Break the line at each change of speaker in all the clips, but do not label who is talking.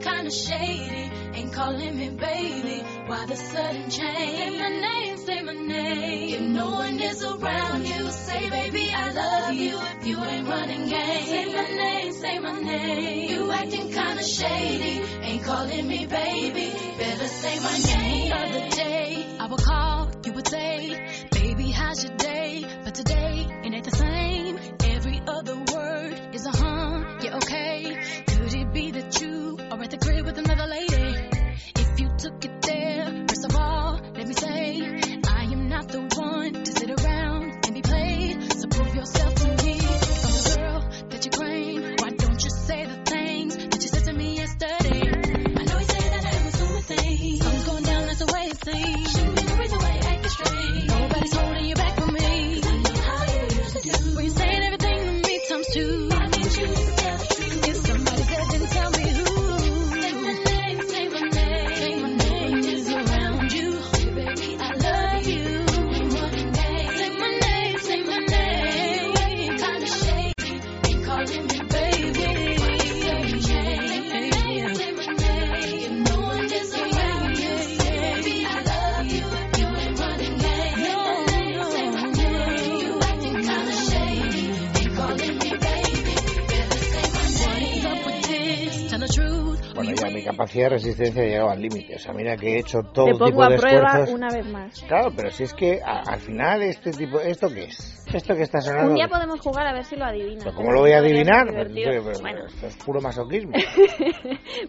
kinda shady, ain't calling me baby. Why the sudden change? Say my name, say my name. If no one is around you, say baby I love you. If you ain't running game. Say my name, say my name. You acting kinda shady, ain't calling me baby. Better say my name. The other day I would call, you would say, Baby, how's your day? But today it ain't the same. Every other word is a huh, yeah, okay. Could it be that you are at the crib with another lady? If you took it there, first of all, let me say, I am not the one to sit around and be played. So prove yourself to me. If I'm the girl that you claim, why don't you say the things that you said to me yesterday? I know you say that I am assuming things. I'm going down, that's the way it seems. Shouldn't be the reason why you're acting strange. Nobody's holding you back from me. 'Cause I know how you used to do. When you're saying everything to me times two. I need you to tell the truth. If somebody said, then tell me who. Say my name, say my name. Say my name is around you. Say, baby, I love you. Ain't running game. Say my name, say my name. You acting kinda shady. Ain't calling me baby. Why you say you changed? Say my name, say my name. If no one is around you, say, baby, I love you. You ain't running game. Say my name, say my name. You acting kinda shady. Ain't calling me baby. Better say my name. What is up with this? Tell the truth. or
Bueno,
you
ya mi capacidad de resistencia ha llegado al límite. O sea, mira que he hecho todo
Te
tipo
pongo a
de
prueba
esfuerzos.
una vez más.
Claro, pero si es que a- al final este tipo, ¿esto qué es? Esto que está sonando.
Un día podemos jugar a ver si lo adivinas.
¿Pero ¿Cómo lo voy a
Podría ser
adivinar?
divertido.
Pero- pero-
Bueno,
esto es puro masoquismo.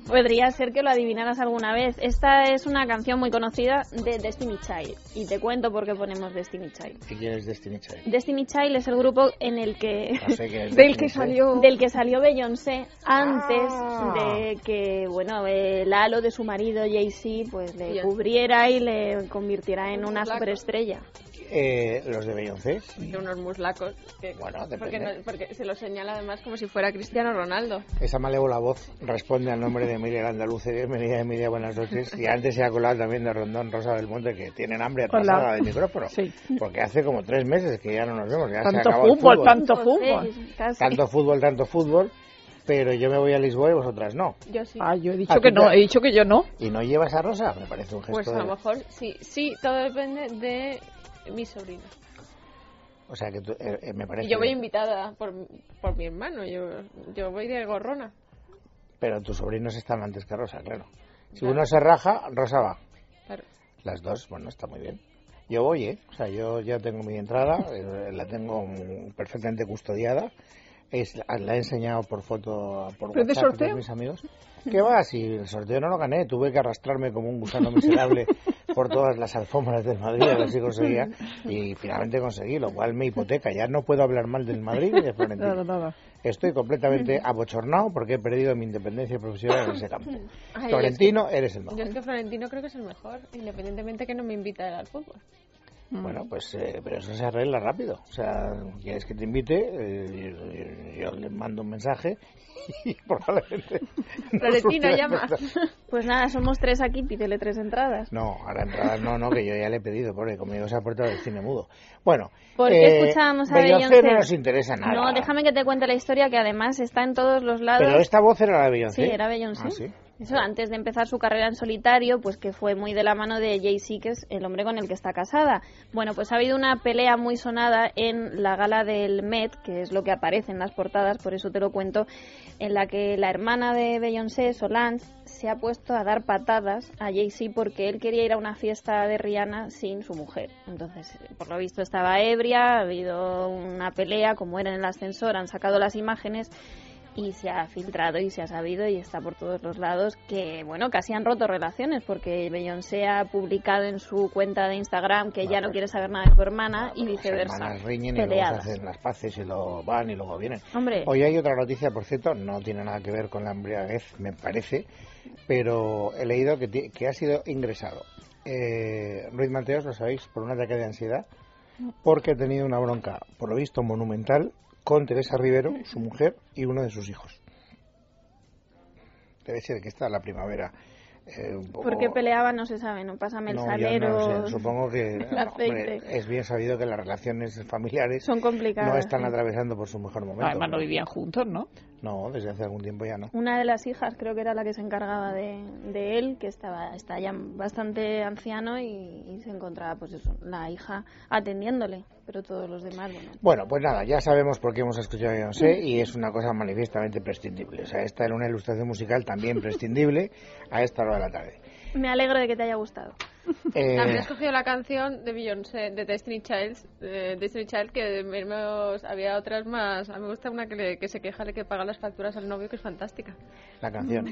podría ser que lo adivinaras alguna vez. Esta es una canción muy conocida de Destiny Child. Y te cuento por qué ponemos Destiny Child.
¿Qué quieres Destiny Child?
Destiny Child es el grupo en el que...
No sé qué es este
Del que
Destiny Child.
salió.
Del que salió Beyoncé antes
Ah.
de que, bueno, el halo de su marido Jay-Z pues le
Ya.
cubriera y le convirtiera en una
Flaco.
superestrella.
Eh, los de Beyoncé.
De unos muslacos. que-
Bueno,
porque,
depende.
no- porque se lo señala además como si fuera Cristiano Ronaldo.
Esa malévola voz responde al nombre de Emilia Andaluce. Bienvenida, Emilia, buenas noches. Y antes se ha colado también de Rondón Rosa del Monte, que tienen hambre pasada de micrófono.
Sí.
Porque hace como tres meses que ya no nos vemos. Ya se
Tanto
acabó el
fútbol, tanto
Pues,
fútbol.
Entonces, casi.
Tanto fútbol, tanto fútbol. Pero yo me voy a Lisboa y vosotras no.
Yo sí.
Ah, yo he
Ah,
dicho que
tú
no,
te-
he dicho que yo no.
¿Y no llevas a Rosa? Me parece un gesto.
pues a
de-
lo mejor sí. Sí, todo depende de mi sobrino.
O sea, que tú- eh, eh, me parece.
Y yo voy invitada por, por mi hermano. Yo, yo voy de gorrona.
Pero tus sobrinos están antes que Rosa, claro. Si
Claro.
uno se raja, Rosa va.
Claro.
Las dos, bueno, está muy bien. Yo voy, ¿eh? O sea, yo ya tengo mi entrada, eh, la tengo mm, perfectamente custodiada. Es, la he enseñado por foto, por
¿Pero es
WhatsApp a
de
todos
sorteo?
mis amigos. ¿Qué va? Si el sorteo no lo gané, tuve que arrastrarme como un gusano miserable por todas las alfombras del Madrid a ver si conseguía. Y finalmente conseguí, lo cual me hipoteca. Ya no puedo hablar mal del Madrid ni de Florentino.
Nada, nada.
Estoy completamente abochornado porque he perdido mi independencia profesional en ese campo.
Ay,
Florentino, eres el mejor.
Yo es que Florentino creo que es el mejor, independientemente que no me invita al fútbol.
Bueno, pues eh, pero eso se arregla rápido. O sea, quieres que te invite, Eh, yo, yo le mando un mensaje y probablemente... no
Florentino,
suceda
llama.
nada.
Pues nada, somos tres aquí, pídele tres entradas.
No, a la entrada no, no, que yo ya le he pedido, porque conmigo se ha puesto el cine mudo. Bueno,
¿Por qué escuchábamos a
Eh, Beyoncé?
Beyoncé?
no nos interesa nada.
No, déjame que te cuente la historia que además está en todos los lados.
Pero esta voz era la de Beyoncé.
Sí, era Beyoncé.
Ah, sí.
Eso antes de empezar su carrera en solitario, pues que fue muy de la mano de Jay-Z, que es el hombre con el que está casada. Bueno, pues ha habido una pelea muy sonada en la gala del Met, que es lo que aparece en las portadas, por eso te lo cuento, en la que la hermana de Beyoncé, Solange, se ha puesto a dar patadas a Jay-Z porque él quería ir a una fiesta de Rihanna sin su mujer. Entonces, eh, por lo visto estaba ebria, ha habido una pelea, como era en el ascensor, han sacado las imágenes y se ha filtrado y se ha sabido y está por todos los lados que, bueno, casi han roto relaciones porque Beyoncé ha publicado en su cuenta de Instagram que ya no quiere saber nada de su hermana y
pues, Las
viceversa.
hermanas riñen y luego
Peleadas.
se hacen las paces y luego van y luego vienen.
Hombre,
Hoy hay otra noticia, por cierto, no tiene nada que ver con la embriaguez, me parece, pero he leído que, ti- que ha sido ingresado. Eh, Ruiz Mateos, lo sabéis, por un ataque de ansiedad, porque ha tenido una bronca, por lo visto, monumental con Teresa Rivero, su mujer, y uno de sus hijos. Debe ser que está la primavera eh, un poco-
¿Por qué peleaba? No se sabe, no pásame el
No, yo
salero.
no lo sé. Supongo que
el aceite.
hombre, es bien sabido que las relaciones familiares
Son complicadas.
no están atravesando por su mejor momento.
Además no vivían juntos, ¿no?
No, desde hace algún tiempo ya no.
Una de las hijas creo que era la que se encargaba de, de él, que estaba está ya bastante anciano y, y se encontraba pues eso, la hija atendiéndole, pero todos los demás bueno.
Bueno, pues nada, ya sabemos por qué hemos escuchado a Beyoncé
Mm.
y es una cosa manifiestamente prescindible. O sea, esta era una ilustración musical también prescindible a esta hora de la tarde.
Me alegro de que te haya gustado.
Eh,
También he escogido la canción de Beyoncé, de Destiny Child, eh, Destiny Child que hemos- había otras más. A mí me gusta una que, le- que se queja de que paga las facturas al novio, que es fantástica.
la canción.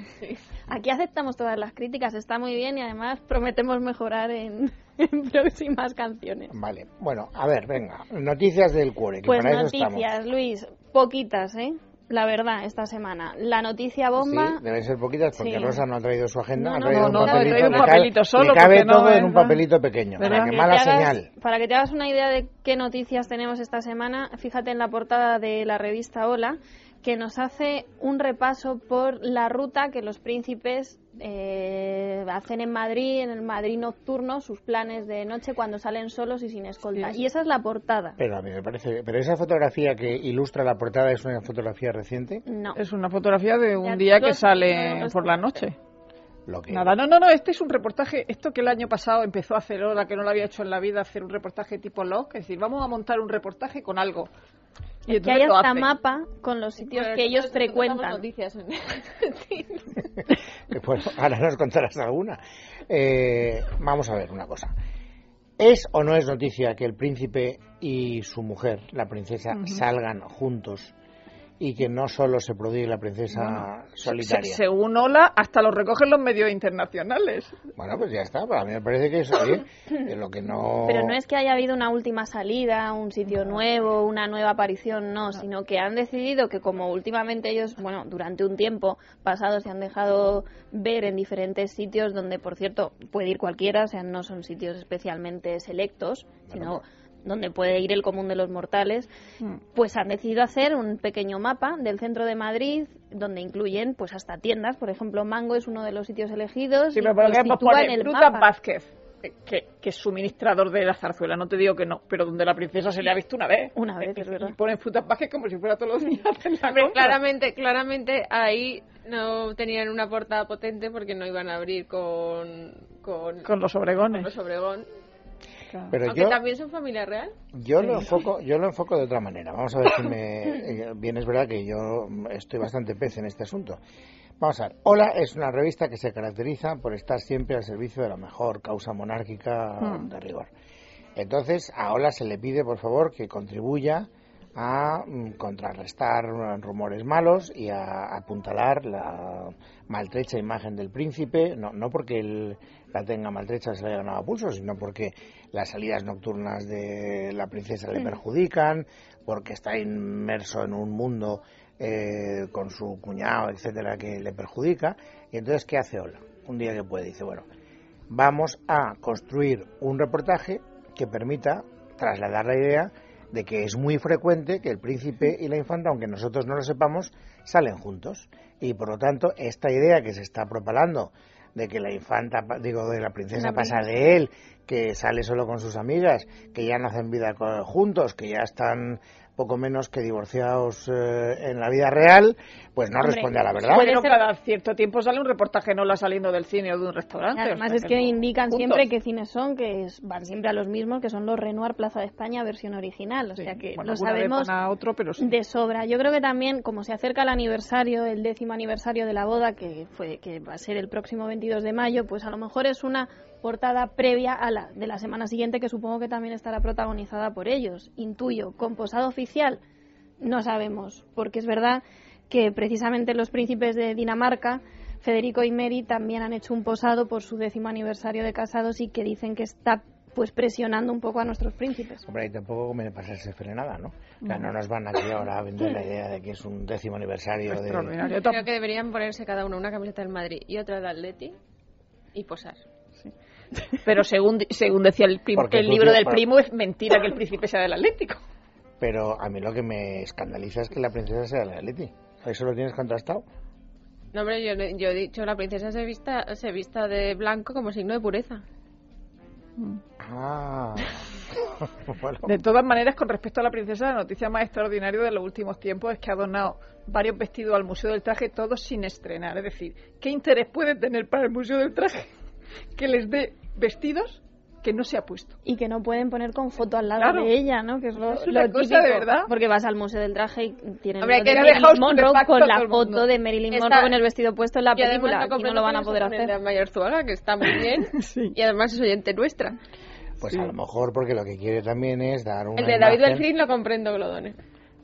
Aquí aceptamos todas las críticas, está muy bien y además prometemos mejorar en, en próximas canciones.
Vale, bueno, a ver, venga. Noticias del cuore, que
Pues
para eso estamos.
noticias, Luis, poquitas, ¿eh? La verdad, esta semana. La noticia bomba.
Sí, deben ser poquitas porque
Sí.
Rosa no ha traído su agenda,
No,
ha
no,
traído
no,
un
no, ha
papelito,
traído un
le cabe-
papelito
le
solo,
cabe
porque no,
todo en un
¿verdad?
papelito pequeño,
¿Verdad?
para
Que
que
te
mala
te hagas-
señal.
Para que te hagas una idea de qué noticias tenemos esta semana, fíjate en la portada de la revista Hola, que nos hace un repaso por la ruta que los príncipes eh, hacen en Madrid, en el Madrid nocturno, sus planes de noche cuando salen solos y sin escolta. Y esa es la portada.
Eh,
Pero a mí me parece, pero esa fotografía que ilustra la portada es una fotografía reciente,
No.
Es una fotografía de
Ya,
un día que
dos-
sale
dos-
por la noche.
lo que
Nada, no, no, no, este es un reportaje, esto que el año pasado empezó a hacer Ola, que no lo había hecho en la vida, hacer un reportaje tipo log, es decir, vamos a montar un reportaje con algo. Y
Que
entonces
hay
lo Pues
hasta
hace.
mapa con los sitios
Pero
que ellos
nosotros no contamos
frecuentan.
noticias en-
que, Eh, bueno, ahora nos contarás alguna. Eh, vamos a ver una cosa. ¿Es o no es noticia que el príncipe y su mujer, la princesa, salgan juntos y que no solo se prodigue la princesa solitaria?
Se- según Ola, hasta lo recogen los medios internacionales.
Bueno, pues ya está. Para mí me parece que eso, oye, que lo que no...
Pero no es que haya habido una última salida, un sitio nuevo, una nueva aparición, no, sino que han decidido que como últimamente ellos, bueno, durante un tiempo pasado se han dejado ver en diferentes sitios donde, por cierto, puede ir cualquiera, o sea, no son sitios especialmente selectos, sino donde puede ir el común de los mortales,
Hmm.
pues han decidido hacer un pequeño mapa del centro de Madrid donde incluyen pues hasta tiendas, por ejemplo, Mango es uno de los sitios elegidos
Sí,
y
pero por
los
ejemplo,
sitúa
pone
en el
Bruta
mapa.
Vázquez, eh, que, que es suministrador de la zarzuela, no te digo que no, pero donde la princesa se le ha visto una vez.
Una vez, es verdad.
Y ponen Frutas Vázquez como si fuera todos los días. en la
Hombre,
compra.
claramente, claramente ahí no tenían una portada potente porque no iban a abrir con, con,
Con los obregones.
con los Obregón.
Pero
Aunque
yo,
también son familia real.
yo, lo enfoco, yo lo enfoco de otra manera. Vamos a ver si me... eh, Bien, es verdad que yo estoy bastante pez en este asunto. Vamos a ver. Hola es una revista que se caracteriza por estar siempre al servicio de la mejor causa monárquica de rigor. Entonces, a Hola se le pide, por favor, que contribuya a mm, contrarrestar eh, rumores malos y a apuntalar la maltrecha imagen del príncipe, no, no porque él la tenga maltrecha se la haya ganado a pulso, sino porque las salidas nocturnas de la princesa le perjudican, porque está inmerso en un mundo eh, con su cuñado, etcétera, que le perjudica. Y entonces, ¿qué hace Ola? Un día que puede, dice, bueno, vamos a construir un reportaje que permita trasladar la idea de que es muy frecuente que el príncipe y la infanta, aunque nosotros no lo sepamos, salen juntos. Y por lo tanto, esta idea que se está propalando de que la infanta, pa- digo, de la princesa
La
pasa de él, que sale solo con sus amigas, que ya no hacen vida co- juntos, que ya están poco menos que divorciados eh, en la vida real, pues no
Hombre,
responde a la verdad.
puede
Pero
ser-
cada cierto tiempo sale un reportaje en Ola saliendo del cine o de un restaurante. o
Además
sea
es que
no.
indican
Juntos.
siempre qué cines son, que es- van siempre a los mismos, que son los Renoir Plaza de España versión original, o
Sí,
sea que
bueno,
lo
alguna vez
sabemos
pone a otro, pero sí.
de sobra. Yo creo que también, como se acerca el aniversario, el décimo aniversario de la boda, que, fue, que va a ser el próximo 22 de mayo, pues a lo mejor es una portada previa a la de la semana siguiente, que supongo que también estará protagonizada por ellos. Intuyo, con posada oficial, no sabemos, porque es verdad que precisamente los príncipes de Dinamarca, Federico y Mary, también han hecho un posado por su décimo aniversario de casados y que dicen que está pues presionando un poco a nuestros príncipes.
Hombre, y tampoco conviene pasarse frenada, ¿no? O sea, no nos van aquí ahora a vender la idea de que es un décimo aniversario de...
Extraordinario.
Creo que deberían ponerse cada uno una camiseta del Madrid y otra del Atleti y posar.
Pero según, según decía el, prim-
Porque
el
tú,
libro
tío,
del
para-
primo, es mentira que el príncipe sea del Atlético.
Pero a mí lo que me escandaliza es que la princesa sea la Leti. ¿Eso lo tienes contrastado?
No, hombre, yo, yo he dicho, la princesa se vista, se vista de blanco como signo de pureza.
Mm.
Ah. Bueno,
De todas maneras, con respecto a la princesa, la noticia más extraordinaria de los últimos tiempos es que ha donado varios vestidos al Museo del Traje, todos sin estrenar. Es decir, ¿qué interés puede tener para el Museo del Traje que les dé vestidos que no se ha puesto?
Y que no pueden poner con foto al lado
Claro.
de ella, ¿no? Que es lo,
Es una
lo
cosa
típico.
de verdad.
Porque vas al Museo del Traje y tienen
Hombre,
lo
que
de
no
Marilyn
dejaos
Monroe
estupefacto
con
a todo
la
el mundo.
foto de Marilyn
Está-
Monroe con el vestido puesto en la
Y además
película. Aquí no
comprendo
lo van
que
a poder
se ponen
hacer.
La mayor zuaga, que está muy bien.
Sí.
Y además es oyente nuestra.
pues a lo mejor porque lo que quiere también es dar una
El de David
imagen
Belfrín lo comprendo que lo done.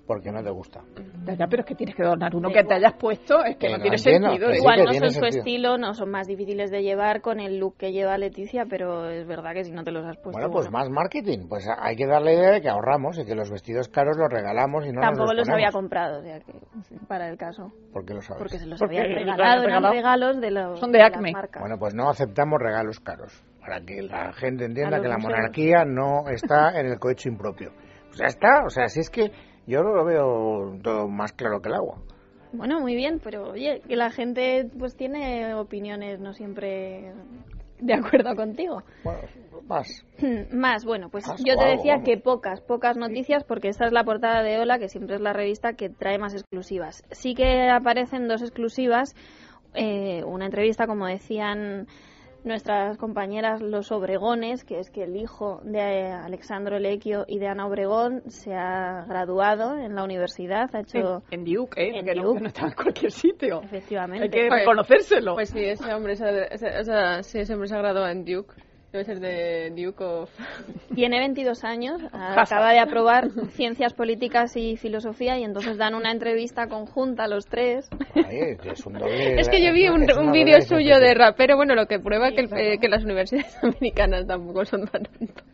porque no te gusta.
Ya, ya, pero es que tienes que donar uno
Da
que te
igual.
hayas puesto, es que
Que
no
no
tiene
entiendo,
sentido.
que
¿eh?
sí,
Igual no
tiene
son su
sentido.
estilo, no son más difíciles de llevar con el look que lleva Leticia, pero es verdad que si no te los has puesto.
bueno, pues más marketing. Pues hay que dar la idea de que ahorramos y que los vestidos caros los regalamos y no
Tampoco
nos
los
los
había
ponemos.
comprado, o sea que para el caso.
¿Por qué lo sabes?
Porque se los
Porque
habían
los habían
regalado, eran
regalado.
regalos de los,
Son de
las
Acme.
marcas.
Bueno, pues no aceptamos regalos caros. Para que la gente
A
entienda
los
que la
museos.
monarquía no está en el cohecho impropio. Pues ya está. O sea, si es que yo no lo veo todo más claro que el agua.
Bueno, muy bien, pero oye, que la gente pues tiene opiniones no siempre de acuerdo contigo.
Bueno, más.
Hmm, Más, bueno, pues
Más
yo te
guau,
decía
vamos.
que pocas, pocas noticias, porque esta es la portada de Ola, que siempre es la revista que trae más exclusivas. Sí que aparecen dos exclusivas, eh, una entrevista, como decían nuestras compañeras Los Obregones, que es que el hijo de eh, Alexandro Lequio y de Ana Obregón se ha graduado en la universidad, ha hecho...
En, en Duke, ¿eh?
En
que, No,
Duke.
que no está en cualquier sitio.
Efectivamente.
Hay que
Pues-
reconocérselo.
Pues sí, ese hombre se, se- o sea, sí, ese hombre se ha graduado en Duke. Debe ser de Duke of...
Tiene 22 años, ah,
Hazard.
acaba de aprobar Ciencias Políticas y Filosofía y entonces dan una entrevista conjunta los tres.
Ahí, que es un doble-
Es que yo vi un,
es
un
una
vídeo
doble
suyo de
sensación.
rapero, bueno, lo que prueba
Sí,
que, el-
claro.
eh, que las universidades americanas tampoco son tan tontas.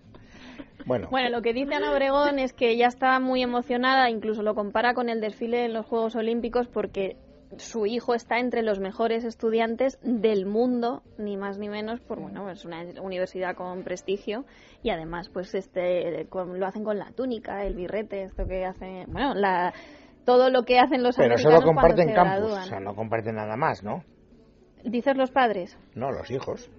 Bueno,
Bueno, lo que dice Ana Obregón es que ya está muy emocionada, incluso lo compara con el desfile en los Juegos Olímpicos porque su hijo está entre los mejores estudiantes del mundo, ni más ni menos, por bueno, es una universidad con prestigio y además pues este con- lo hacen con la túnica, el birrete, esto que hacen, bueno, la todo lo que hacen los
pero
americanos
solo
cuando
comparten
se
campus.
gradúan.
O sea, no comparten nada más, ¿no?
Dices los padres.
No, los hijos.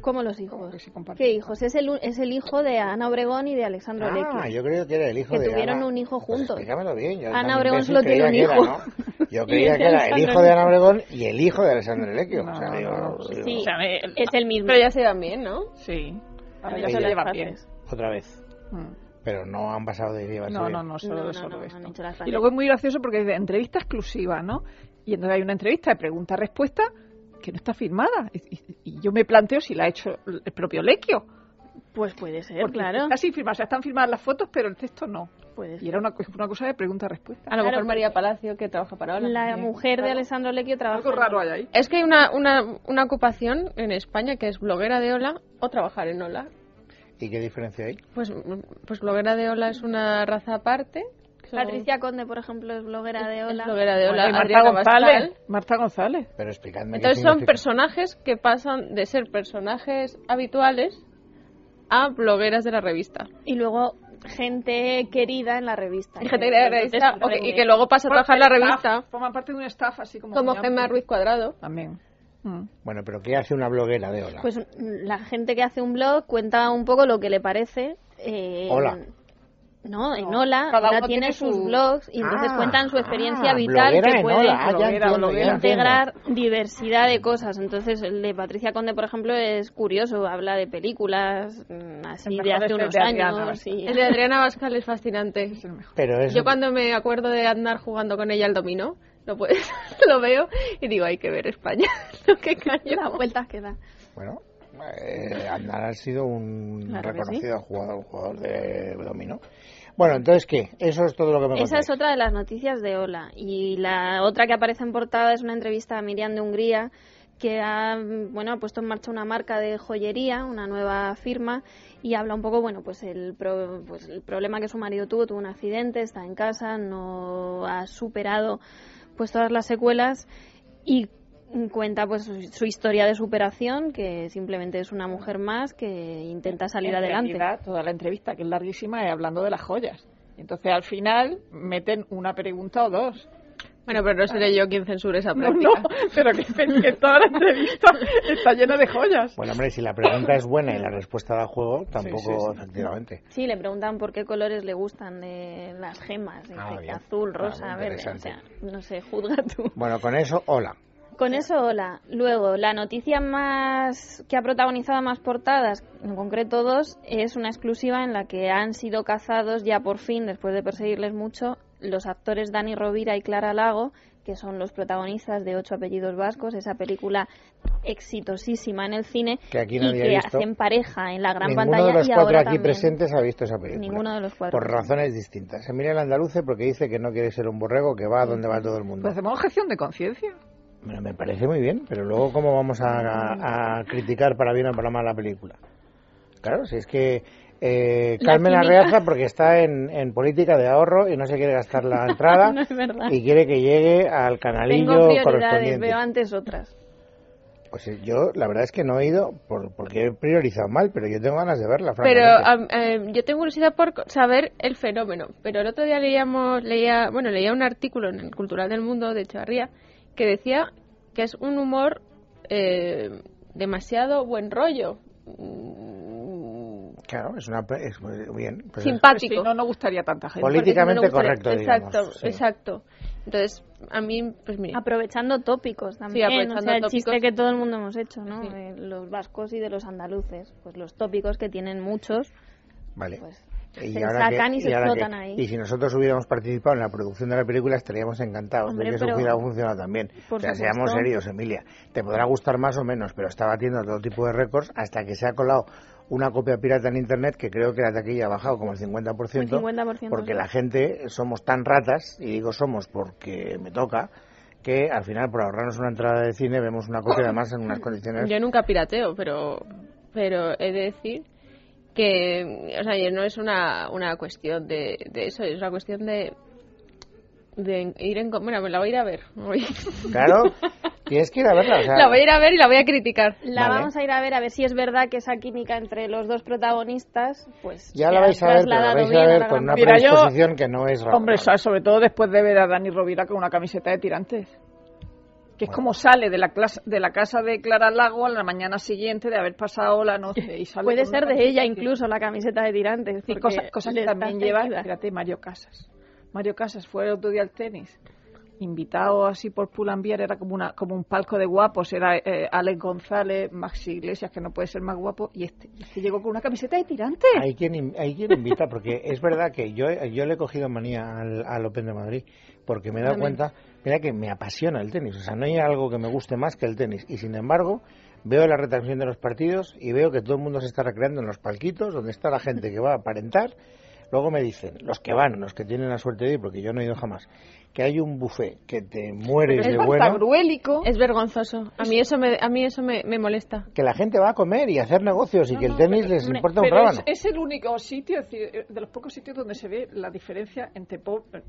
¿Cómo los
¿Cómo que
hijos?
se comparte?
¿Qué hijos? Es el, u- es el hijo de Ana Obregón y de Alexandro
Ah,
Lecky.
yo creo que era el hijo
Que
de
tuvieron
Ana-
un hijo
Pues
juntos.
explícamelo bien. yo
Ana
también
Obregón
pensé
solo
que
tiene
era
un
que era,
hijo.
¿no? Yo
Y este
creía
el
que
de
era el
Alexandro
hijo de Ana
Lecky.
Obregón y el hijo de Alessandro Lequio. o sea,
No,
digo,
no, no,
digo,
Sí,
O sea, me- el-
es el mismo.
Pero ya se van bien, ¿no?
Sí. Ahora
Ahora
ya
son
se
las
llevan bien.
fases.
Otra vez.
Mm.
Pero no han pasado de llevarse
No,
bien.
no, no, solo,
No, no,
solo
no,
esto.
han hecho las
y
fases.
luego es muy gracioso porque dice entrevista exclusiva, ¿no? Y entonces hay una entrevista de pregunta-respuesta que no está firmada. Y, y- y yo me planteo si la ha hecho el propio Lequio.
Pues puede ser,
¿eh? Porque
claro.
Está sin firmar, o sea, están firmadas las fotos, pero el texto no.
Puede
Y
ser.
era una, co- una cosa de pregunta-respuesta.
A lo
Claro,
mejor
porque-
María Palacio, que trabaja para Ola.
La mujer de Alessandro Lequio trabaja.
Algo raro hay ahí.
Es que hay una, una, una ocupación en España que es bloguera de Ola o trabajar en Ola.
¿Y qué diferencia hay?
Pues, pues bloguera de Ola es una raza aparte.
Patricia Conde, por ejemplo, es bloguera de
Es
Ola.
bloguera de Ola.
Bueno, y Marta
Eh, Adriana
González.
Bascal.
Marta González.
Pero explicadme
Entonces
qué
son
significa.
personajes que pasan de ser personajes habituales a blogueras de la revista.
Y luego gente querida en la revista.
Y gente que la
Entonces,
revista, ok, y que luego pasa a trabajar en la revista.
Staff, Forman parte de un staff así como...
Como
muy
Gemma
amplio.
Ruiz Cuadrado.
También. Mm.
Bueno, pero ¿qué hace una bloguera de Ola?
Pues la gente que hace un blog cuenta un poco lo que le parece. eh,
Hola.
No, en
No,
Ola,
cada
Ola
uno
tiene
tiene
sus
su-
blogs y entonces
Ah,
cuentan su experiencia
ah,
vital
bloguera
que
en
puede
Ola, ah, ya
bloguera,
entiendo, ya
bloguera.
entiendo.
integrar diversidad de cosas. Entonces, el de Patricia Conde, por ejemplo, es curioso. Habla de películas mm, así
El
de
mejor
hace
es el
unos
de Adriana
años. y-
El de Adriana Bascal es fascinante.
Es el mejor.
Pero es
Yo cuando me acuerdo de andar jugando con ella al dominó, lo, puedo- lo veo y digo, hay que ver España. lo que cayó.
Las vueltas que da.
Bueno, eh, Aznar ha sido un
Claro que
reconocido jugador, jugador de dominó. Bueno, entonces, ¿qué? Eso es todo lo que me
Esa
contáis.
es otra de las noticias de Ola. Y la otra que aparece en portada es una entrevista a Miriam de Hungría, que ha, mm, bueno, ha puesto en marcha una marca de joyería, una nueva firma, y habla un poco, bueno, pues el, pro- pues el problema que su marido tuvo, tuvo un accidente, está en casa, no ha superado pues todas las secuelas y cuenta pues su, su historia de superación, que simplemente es una mujer más que intenta salir
En
adelante.
realidad, toda la entrevista, que es larguísima, es hablando de las joyas. Y Entonces, al final, meten una pregunta o dos.
Bueno, pero no seré yo quien censure esa
No,
práctica.
no, pero que, que toda la entrevista está llena de joyas.
Bueno, hombre, si la pregunta es buena y la respuesta da juego, tampoco,
sí, sí.
efectivamente.
Sí, le preguntan por qué colores le gustan de las gemas. Dice
Ah,
que
bien.
azul,
Ah,
rosa,
muy
verde. O sea,
interesante.
no sé, juzga tú.
Bueno, con eso, hola.
Con eso, hola. Luego, la noticia más que ha protagonizado más portadas, en concreto dos, es una exclusiva en la que han sido cazados ya por fin, después de perseguirles mucho, los actores Dani Rovira y Clara Lago, que son los protagonistas de Ocho Apellidos Vascos, esa película exitosísima en el cine
Que aquí
y
nadie ha
que
visto.
hacen pareja en la gran
Ninguno
pantalla
de
y
los cuatro
ahora
aquí
también.
presentes ha visto esa película.
Ninguno de los cuatro.
Por razones distintas. Emilia el Andaluce porque dice que no quiere ser un borrego, que va a donde va todo el mundo.
Pues hacemos gestión de conciencia.
Bueno, me parece muy bien, pero luego cómo vamos a, a- a criticar para bien o para mal la película. Claro, si es que eh,
La
Carmen
química.
Arreaza porque está en, en política de ahorro y no se quiere gastar la entrada
No es verdad.
y quiere que llegue al
Tengo
canalillo
prioridades,
correspondiente.
veo antes otras.
Pues sí, yo la verdad es que no he ido por, porque he priorizado mal, pero yo tengo ganas de verla,
Pero
francamente.
am, em, yo tengo curiosidad por co- saber el fenómeno. Pero el otro día leíamos, leía, bueno, leía un artículo en el Cultural del Mundo de Echevarría que decía que es un humor eh, demasiado buen rollo, mm,
Claro, es una... pe- Es, muy bien, pues es-
simpático.
Si no, no gustaría tanta gente.
Poli- Políticamente
Porque si no, no
correcto,
gustaría- Exacto,
digamos, sí.
exacto. Entonces, a mí, pues
Ah,
mira,
Aprovechando tópicos también,
aprovechando
o sea, el
tópicos.
chiste que todo el mundo hemos hecho, ¿no?
Sí.
De los vascos y de los andaluces, pues los tópicos que tienen muchos,
Vale.
pues
Y
se
ahora
sacan
que-
y se
ahora
explotan
que-
ahí.
Y si nosotros hubiéramos participado en la producción de la película, estaríamos encantados
Hombre,
de que eso
pero-
hubiera funcionado también.
Por
o sea,
supuesto.
seamos serios, Emilia. Te podrá gustar más o menos, pero está batiendo todo tipo de récords hasta que se ha colado una copia pirata en internet que creo que la taquilla ha bajado como el 50%,
Un 50%,
porque
sí.
la gente somos tan ratas, y digo somos porque me toca, que al final por ahorrarnos una entrada de cine vemos una copia además en unas condiciones...
Yo nunca pirateo, pero, pero he de decir que, o sea, y no es una, una cuestión de, de eso, es una cuestión de, de ir en... co- Bueno, pues la voy a ir a ver. Voy-
Claro, tienes que ir a verla. o sea,
La voy a ir a ver y la voy a criticar.
La
Vale.
vamos a ir a ver a ver si es verdad que esa química entre los dos protagonistas, pues
Ya
se
la
ha
vais a ver, pero la
trasladado
vais
bien
a
la
ver
gran
con una
pantalla.
Mira, yo-
predisposición que no es razonable.
Hombre, ¿sabes? sobre todo después de ver a Dani Rovira con una camiseta de tirantes. Que es como sale de la, clase, de la casa de Clara Lago a la mañana siguiente de haber pasado la noche. Y sale
Puede
con una
ser de
camiseta
ella
tirantes.
incluso la camiseta de tirantes.
Sí,
porque
cosas, cosas que
le
también
está
lleva,
tejida.
fíjate, Mario Casas. Mario Casas fue el otro día al tenis, invitado así por Pulambier, era como, una, como un palco de guapos, era eh, Alex González, Maxi Iglesias, que no puede ser más guapo, y este, y este llegó con una camiseta de tirante.
Hay quien, in- hay quien invita, porque es verdad que yo, yo le he cogido manía al, al Open de Madrid, porque me he dado cuenta, mira que me apasiona el tenis, o sea, no hay algo que me guste más que el tenis, y sin embargo, veo la retransmisión de los partidos y veo que todo el mundo se está recreando en los palquitos, donde está la gente que va a aparentar, luego me dicen, los que van, los que tienen la suerte de ir, porque yo no he ido jamás, que hay un buffet que te mueres
es
de bueno,
pantagruélico.
Es vergonzoso. A mí eso me, a mí eso me, me molesta.
que la gente va a comer y a hacer negocios y que el tenis les
hombre,
importa un
Pero es,
rábano.
es el único sitio, es decir, eh, de los pocos sitios donde se ve la diferencia entre po- eh,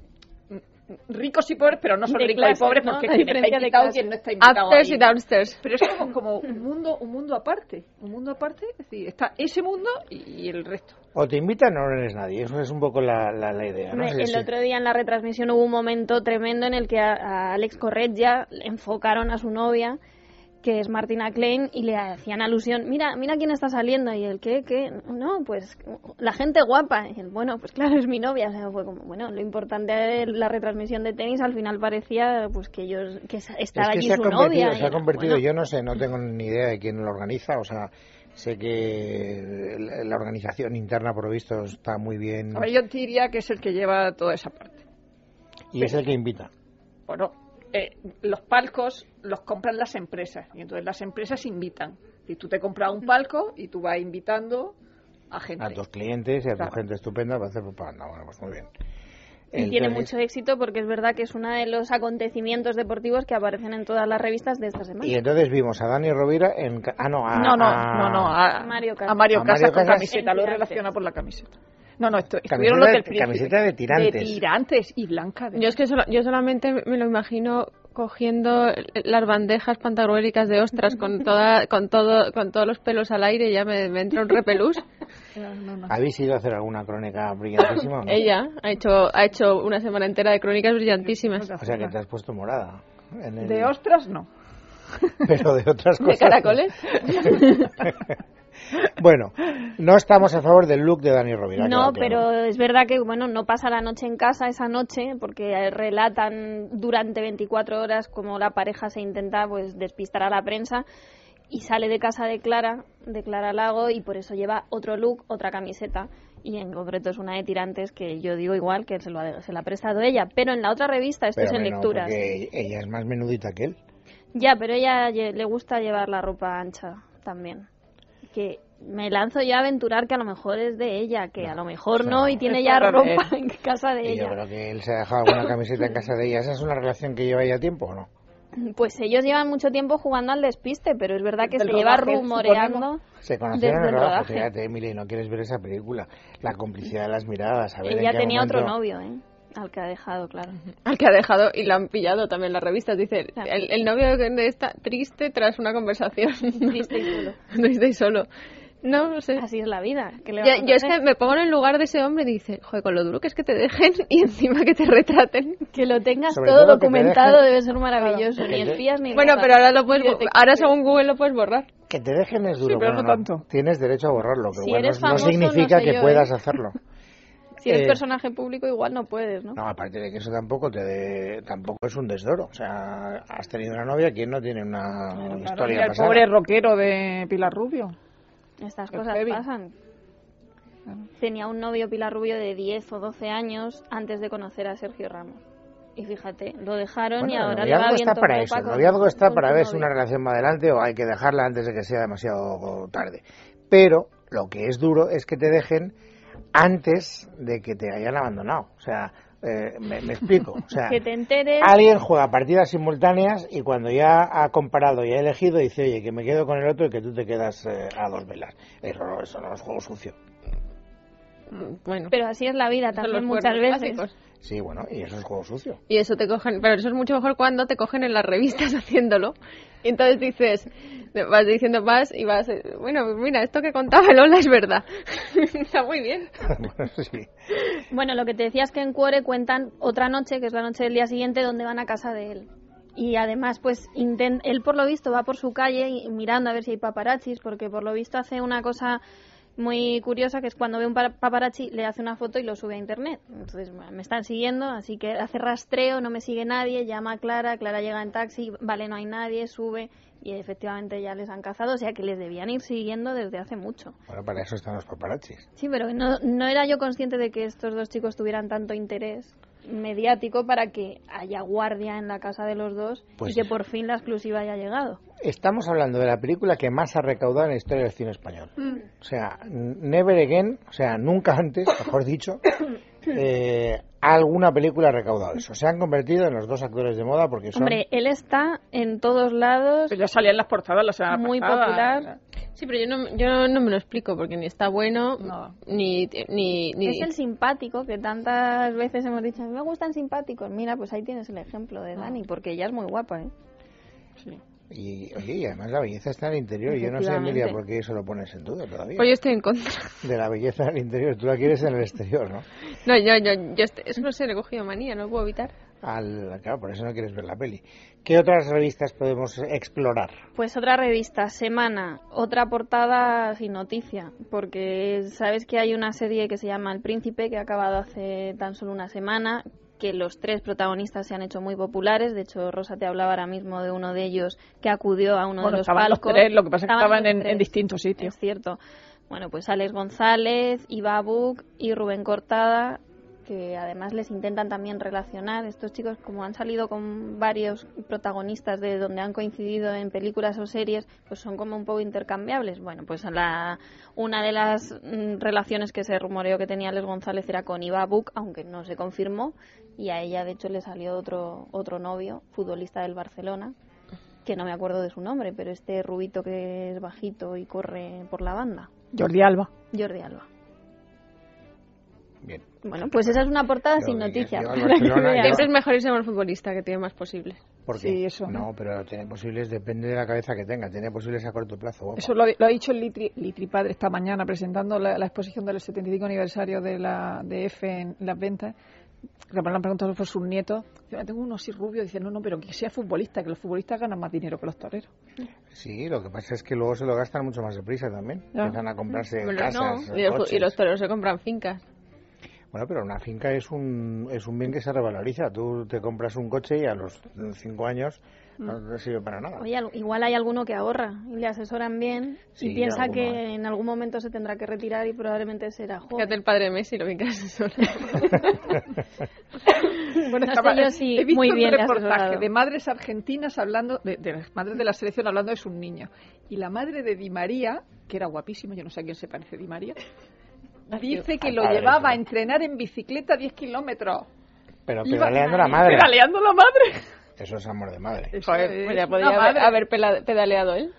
ricos y pobres, pero no son
De
ricos
clases,
y pobres
¿no?
porque
La
quien está
diferencia de
invitado,
clases.
quien no está invitado.
Upstairs
ahí.
y downstairs.
Pero es como, como un mundo un mundo aparte, un mundo aparte, es decir, está ese mundo y, y el resto.
O te invitan o no eres nadie. Eso es un poco la, la, la idea. ¿no?
Hombre,
Sí,
el
sí.
otro día en la retransmisión hubo un momento tremendo en el que a, a Alex Correggia le enfocaron a su novia, que es Martina Klein, y le hacían alusión, mira, mira quién está saliendo, y el qué, qué, no, pues la gente guapa, y él, bueno, pues claro, es mi novia, o sea, fue como, bueno, lo importante de la retransmisión de tenis al final parecía pues que yo, que sa- estaba
Es que
allí
se ha
su
convertido,
novia.
se ha
y era,
convertido
bueno,
yo no sé, no tengo ni idea de quién lo organiza. O sea, sé que la la organización interna, por lo visto, está muy bien
A ver, yo diría que es el que lleva toda esa parte.
y es el que invita.
Bueno, eh, los palcos los compran las empresas y entonces las empresas invitan. Y tú te compras un palco y tú vas invitando a gente.
A tus clientes y a tu
Claro.
gente estupenda para hacer propaganda. Bueno, pues muy bien.
Y
El
tiene
tenis-
mucho éxito porque es verdad que es uno de los acontecimientos deportivos que aparecen en todas las revistas de esta semana.
Y entonces vimos a Dani Rovira en. ca- Ah, no, a.
No, no,
a-
no, no, a,
A Mario Casas.
a Mario
A
Casas
Mario
con
Casas.
camiseta, lo
En tirantes.
relaciona por la camiseta. No, no, esto,
Camiseta
estuvieron los
de-
del príncipe.
camiseta de tirantes.
De tirantes y blanca. De...
Yo es que solo- yo solamente me lo imagino cogiendo las bandejas pantagruélicas de ostras con toda con todo con todos los pelos al aire y ya me, me entra un repelús
¿Habéis ido a hacer alguna crónica brillantísima? o no?
Ella ha hecho, ha hecho una semana entera de crónicas brillantísimas.
O sea que te has puesto morada. en el-
De ostras, no.
Pero de otras
¿De
cosas.
caracoles?
Bueno, no estamos a favor del look de Dani Rovira.
No,
queda claro.
pero es verdad que bueno, no pasa la noche en casa esa noche porque relatan durante 24 horas cómo la pareja se intenta pues despistar a la prensa y sale de casa de Clara, de Clara Lago y por eso lleva otro look, otra camiseta y en concreto es una de tirantes que yo digo igual que se, lo ha- se la ha prestado ella, pero en la otra revista esto
Pero
es en
hombre, no,
lecturas.
porque ella es más menudita que él.
Ya, pero ella lle- le gusta llevar la ropa ancha también. Que me lanzo yo a aventurar que a lo mejor es de ella, que a lo mejor no, y tiene ya
Está
ropa
bien.
en casa de
Y yo
ella.
creo que él se ha dejado alguna camiseta en casa de ella. ¿Esa es una relación que lleva ya tiempo o no?
Pues ellos llevan mucho tiempo jugando al despiste, pero es verdad que
Del
se lleva
rodaje,
rumoreando.
suponemos.
Se conocieron
Desde
en
el
el rodaje.
rodaje.
Fíjate, Emily, no quieres ver esa película. La complicidad de las miradas. A ver, en
Ella
qué
tenía otro
momento-
novio, ¿eh? Al que ha dejado, claro.
Al que ha dejado y la han pillado también las revistas. Dice,
Claro.
el, el novio de esta triste tras una conversación.
Triste y solo.
Triste y solo. No, no sé.
Así es la vida. ¿qué le
Yo,
vamos a
yo es que
hacer?
me pongo en el lugar de ese hombre y dice, joder, con lo duro que es que te dejen y encima que te retraten.
que lo tengas
Sobre
todo
todo que te
documentado
dejen-
debe ser maravilloso.
Claro.
Ni espías ni
Bueno,
nada.
pero ahora lo puedes,
Ni
bo-
detectives.
ahora según Google lo puedes borrar.
Que te dejen es duro.
Sí, pero
bueno,
no tanto.
Tienes derecho a borrarlo, pero
Si
bueno,
eres
no
famoso,
significa
no sé
que
yo, ¿eh?
puedas hacerlo.
Si eres
eh,
personaje público igual no puedes, ¿no?
No, aparte de que eso tampoco te de- tampoco es un desdoro. O sea, has tenido una novia, ¿quién no tiene una historia
Claro, mira, el
pasada?
pobre rockero de Pilar Rubio.
Estas
Los
cosas
heavy.
pasan. Tenía un novio Pilar Rubio de 10 o 12 años antes de conocer a Sergio Ramos. Y fíjate, lo dejaron
Bueno,
y ahora
el
le va
noviazgo
bien
está para
topa
eso. El
con-
noviazgo está
con
para
su
ver si
novio.
una relación va adelante o hay que dejarla antes de que sea demasiado tarde. Pero lo que es duro es que te dejen antes de que te hayan abandonado. O sea, eh, me, me explico. O sea,
Que te enteres.
alguien juega partidas simultáneas y cuando ya ha comparado y ha elegido dice, oye, que me quedo con el otro y que tú te quedas eh, a dos velas. Eso, no- eso no es juego sucio.
Mm, Bueno,
Pero así es la vida
son los
también muchas
cuernos
veces.
clásicos.
Sí, bueno, y eso es juego sucio.
Y eso te cogen, pero eso es mucho mejor cuando te cogen en las revistas haciéndolo. Y entonces dices, vas diciendo más y vas, eh, bueno, mira, esto que contaba Lola es verdad. Está muy bien.
Bueno, sí.
Bueno, lo que te decía es que en Cuore cuentan otra noche, que es la noche del día siguiente, donde van a casa de él. Y además, pues inten- él por lo visto va por su calle y- mirando a ver si hay paparachis, porque por lo visto hace una cosa muy curiosa, que es cuando ve un pa- paparazzi le hace una foto y lo sube a internet. Entonces, bueno, me están siguiendo, así que hace rastreo, no me sigue nadie, llama a Clara, Clara llega en taxi, vale, no hay nadie, sube y efectivamente ya les han cazado, o sea que les debían ir siguiendo desde hace mucho.
Bueno, para eso están los paparachis.
Sí, pero no, no era yo consciente de que estos dos chicos tuvieran tanto interés mediático para que haya guardia en la casa de los dos
Pues
y que
sí.
por fin la exclusiva haya llegado.
Estamos hablando de la película que más ha recaudado en la historia del cine español. O sea, Never Again, o sea, nunca antes, mejor dicho, eh, alguna película ha recaudado eso. Se han convertido en los dos actores de moda porque son...
Hombre, él está en todos lados,
Pero ya salía en las portadas la semana
muy
pasada.
popular.
Sí, pero yo no, yo no me lo explico porque ni está bueno,
No.
ni, ni, ni-
Es el simpático que tantas veces hemos dicho, a mí me gustan simpáticos. Mira, pues ahí tienes el ejemplo de Dani, porque ella es muy guapa, ¿eh?
Y, oye, y además la belleza está en el interior. y Yo no sé, Emilia,
Efectivamente.
por qué eso lo pones en duda todavía.
Pues yo estoy en contra.
De la belleza en el interior, tú la quieres en el exterior, ¿no?
No, yo, yo, yo estoy- eso no sé, le he cogido manía, no lo puedo evitar.
Al, claro, por eso no quieres ver la peli. ¿Qué otras revistas podemos explorar?
Pues otra revista, Semana, otra portada sin noticia, porque sabes que hay una serie que se llama El Príncipe, que ha acabado hace tan solo una semana, que los tres protagonistas se han hecho muy populares, de hecho Rosa te hablaba ahora mismo de uno de ellos que acudió a uno de
Bueno,
los
estaban los
palcos.
tres, lo que pasa es que estaban
los
en- en
tres.
distintos sitios.
Es cierto. Bueno, pues Alex González, Iba Buc y Rubén Cortada, que además les intentan también relacionar. Estos chicos, como han salido con varios protagonistas de donde han coincidido en películas o series, pues son como un poco intercambiables. Bueno, pues la, una de las mm, relaciones que se rumoreó que tenía Alex González era con Iba Buc, aunque no se confirmó, y a ella de hecho le salió otro, otro novio, futbolista del Barcelona, que no me acuerdo de su nombre, pero este rubito que es bajito y corre por la banda,
Jordi Alba.
Jordi Alba.
Bien.
Bueno, pues esa es una portada
Yo
sin
de que
noticia.
yo
para
al
que
Barcelona,
veas.
yo-
Siempre es mejor irse a un futbolista que tiene más posible.
Porque,
Sí, eso.
No, pero tiene posibles, depende de la cabeza que tenga, tiene posibles a corto plazo. guapa.
Eso lo, ha- lo ha dicho el Litri, Litri Padre esta mañana presentando la, la exposición del 75 aniversario de la de F en las ventas. Le han preguntado por sus nietos. Dice, "Ah, Tengo uno así rubio. Dice, no, no, pero que sea futbolista, que los futbolistas ganan más dinero que los toreros.
Sí, lo que pasa es que luego se lo gastan mucho más deprisa también.
Ya.
Empiezan a comprarse
Bueno,
casas, eh,
no, y, los, y
coches.
los toreros se compran fincas.
Bueno, pero una finca es un, es un bien que se revaloriza. Tú te compras un coche y a los cinco años no te sirve para nada.
Oye, al- igual hay alguno que ahorra y le asesoran bien
Sí,
y piensa
alguno
que
hay.
en algún momento se tendrá que retirar y probablemente será joven.
Fíjate el padre de Messi, lo bien que asesora.
Bueno,
No
estaba-
sé yo si
he visto
muy bien
un
le has
reportaje
asesorado.
de madres argentinas hablando, de, de las madres de la selección hablando de sus niños. Y la madre de Di María, que era guapísima, yo no sé a quién se parece Di María, dice que
Al
lo
padre,
llevaba
sí.
a entrenar en bicicleta 10 kilómetros.
Pero
Iba-
pedaleando la madre.
Pedaleando la madre.
Eso es amor de madre.
Eso
Joder,
es
pues ya
una
podría haber,
madre.
haber pela- pedaleado él.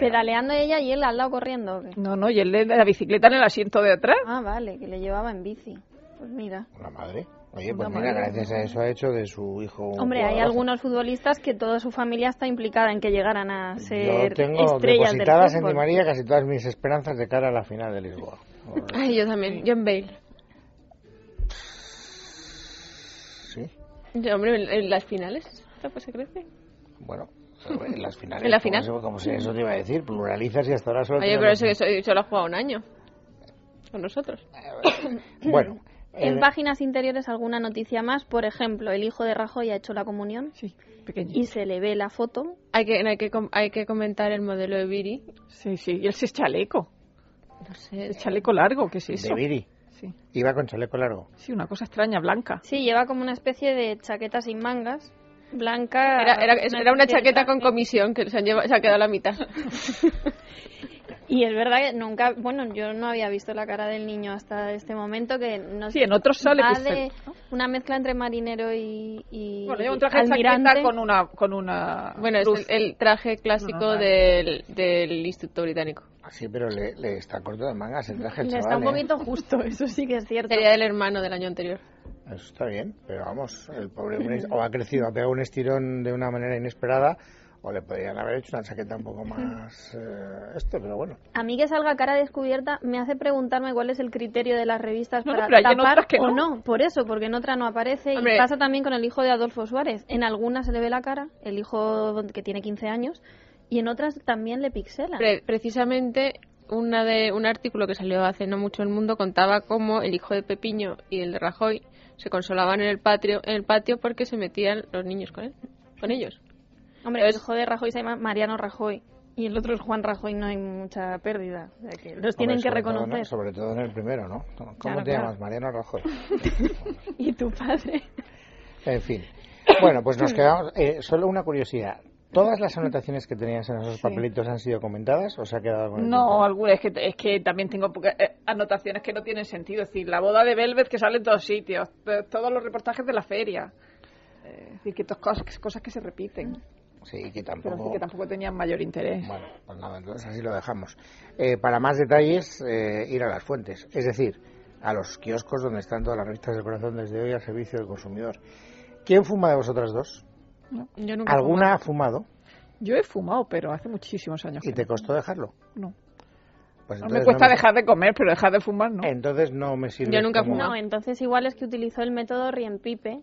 Pedaleando ella y él al lado corriendo. ¿o qué?
No, no, y el de la bicicleta en el asiento de atrás.
Ah, vale, que le llevaba en bici. Pues mira.
Una madre. Oye,
Una
pues mira,
madre,
gracias a eso ha hecho de su hijo un
Hombre, hay
jugadorazo.
algunos futbolistas que toda su familia está implicada en que llegaran a ser
Yo tengo
estrellas del
depositadas en Di
fútbol.
María casi todas mis esperanzas de cara a la final de Lisboa. Pues
Ay, yo también. Yo en Bale.
Sí,
Yo, hombre, en, en las finales. ¿Esta pues se crece?
bueno. pero En las finales.
En la
como
final.
se- Como si eso te iba a decir, pluralizas y hasta ahora solo.
Oye, pero
tenemos-
eso, eso, eso lo ha jugado un año. Con nosotros.
Bueno.
En
eh,
páginas interiores alguna noticia más, por ejemplo, el hijo de Rajoy ha hecho la comunión
Sí, pequeño.
y se le ve la foto.
Hay que, hay, que, com- hay que comentar el modelo de Viri.
Sí, sí, y él se es chaleco.
No sé.
Es chaleco largo, ¿qué es eso?
de Viri.
Sí,
Iba con chaleco largo.
sí, una cosa extraña, blanca.
Sí, lleva como una especie de chaqueta sin mangas, blanca.
Era, era, es- era
especie
una
de
chaqueta con
traje.
comisión que se, han llevado- se ha quedado la mitad.
Y es verdad que nunca, bueno, yo no había visto la cara del niño hasta este momento que no
Sí, en otros sale
va
que es
de
feo,
una mezcla entre marinero y, y
Bueno, lleva un traje de chaqueta
almirante.
con una, con una
Bueno, es
cruz.
el, el traje clásico
No, no,
del, del Instituto Británico.
Sí, pero le, le está corto de mangas el traje al
Le
chaval.
está un
¿eh?
poquito justo, eso sí que es cierto.
Sería del hermano del año anterior.
Eso está bien, pero vamos, el pobre hombre o ha crecido, ha pegado un estirón de una manera inesperada, o le podrían haber hecho una chaqueta un poco más eh, esto, pero bueno.
A mí que salga cara descubierta me hace preguntarme cuál es el criterio de las revistas
No, no,
para
pero hay en otras
tapar
que
o
no.
no. Por eso, porque en otra no aparece.
Hombre.
Y pasa también con el hijo de Adolfo Suárez. En algunas se le ve la cara, el hijo que tiene 15 años, y en otras también le pixelan.
Pre- precisamente una de un artículo que salió hace no mucho en el mundo contaba cómo el hijo de Pepiño y el de Rajoy se consolaban en el patio en el patio porque se metían los niños con él con ellos
Hombre, el hijo de Rajoy se llama Mariano Rajoy y el otro es Juan Rajoy, no hay mucha pérdida. O sea que los tienen
Hombre,
que reconocer.
sobre todo en- sobre todo en el primero, ¿no? ¿Cómo
Claro,
te
claro.
llamas? Mariano Rajoy.
Y tu padre.
En fin. Bueno, pues nos quedamos. eh, solo una curiosidad. ¿Todas las anotaciones que tenías en esos papelitos han sido comentadas o se ha quedado alguna
No,
inventada?
alguna, es que, es que también tengo poca- eh, anotaciones que no tienen sentido. Es decir, la boda de Velvet que sale en todos sitios, to- todos los reportajes de la feria. Eh, Es decir, que tos- cosas, cosas que se repiten,
Sí, que
pero
tampoco.
así que tampoco tenían mayor interés.
Bueno, pues nada, entonces así lo dejamos. Eh, para más detalles, eh, ir a las fuentes, es decir, a los kioscos donde están todas las revistas del corazón desde hoy al servicio del consumidor. ¿Quién fuma de vosotras dos?
yo nunca
¿Alguna ha fumado
Yo he fumado, pero hace muchísimos años.
y
que
te costó dejarlo?
No,
Pues
no me
entonces
cuesta
no
dejar de comer, pero dejar de fumar no.
Entonces no me sirve.
Yo nunca he
como-
fumado.
No, eh. entonces igual es que utilizó el método Riempipe.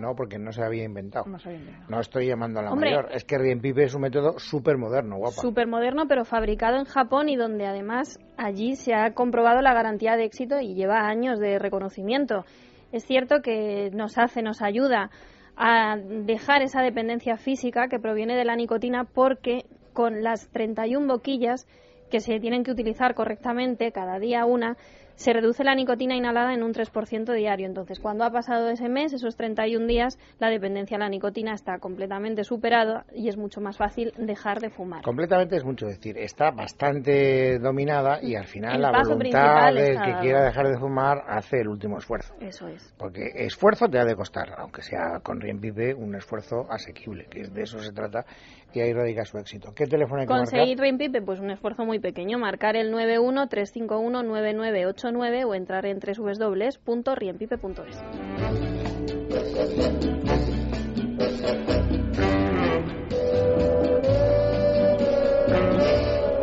No, porque no se había inventado.
No sabía nada.
No estoy llamando a la
Hombre.
mayor. Es que Riempipe es un método súper moderno, guapa.
Súper moderno, pero fabricado en Japón y donde además allí se ha comprobado la garantía de éxito y lleva años de reconocimiento. Es cierto que nos hace, nos ayuda a dejar esa dependencia física que proviene de la nicotina porque con las 31 boquillas que se tienen que utilizar correctamente, cada día una, se reduce la nicotina inhalada en un 3% diario. Entonces, cuando ha pasado ese mes, esos 31 días, la dependencia a la nicotina está completamente superada y es mucho más fácil dejar de fumar.
Completamente es mucho decir, está bastante dominada y al final
El
la
paso
voluntad
principal
del
está
que
dado.
quiera dejar de fumar hace el último esfuerzo.
Eso es.
Porque esfuerzo te ha de costar, aunque sea con Riempipe un esfuerzo asequible, que de eso se trata y ahí radica su éxito. ¿Qué teléfono hay que
Conseguir
marcar?
Rainpipe, pues un esfuerzo muy pequeño, marcar el 913519989 o entrar en www.riempipe.es.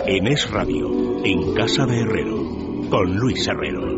En Es Radio, en Casa de Herrero, con Luis Herrero.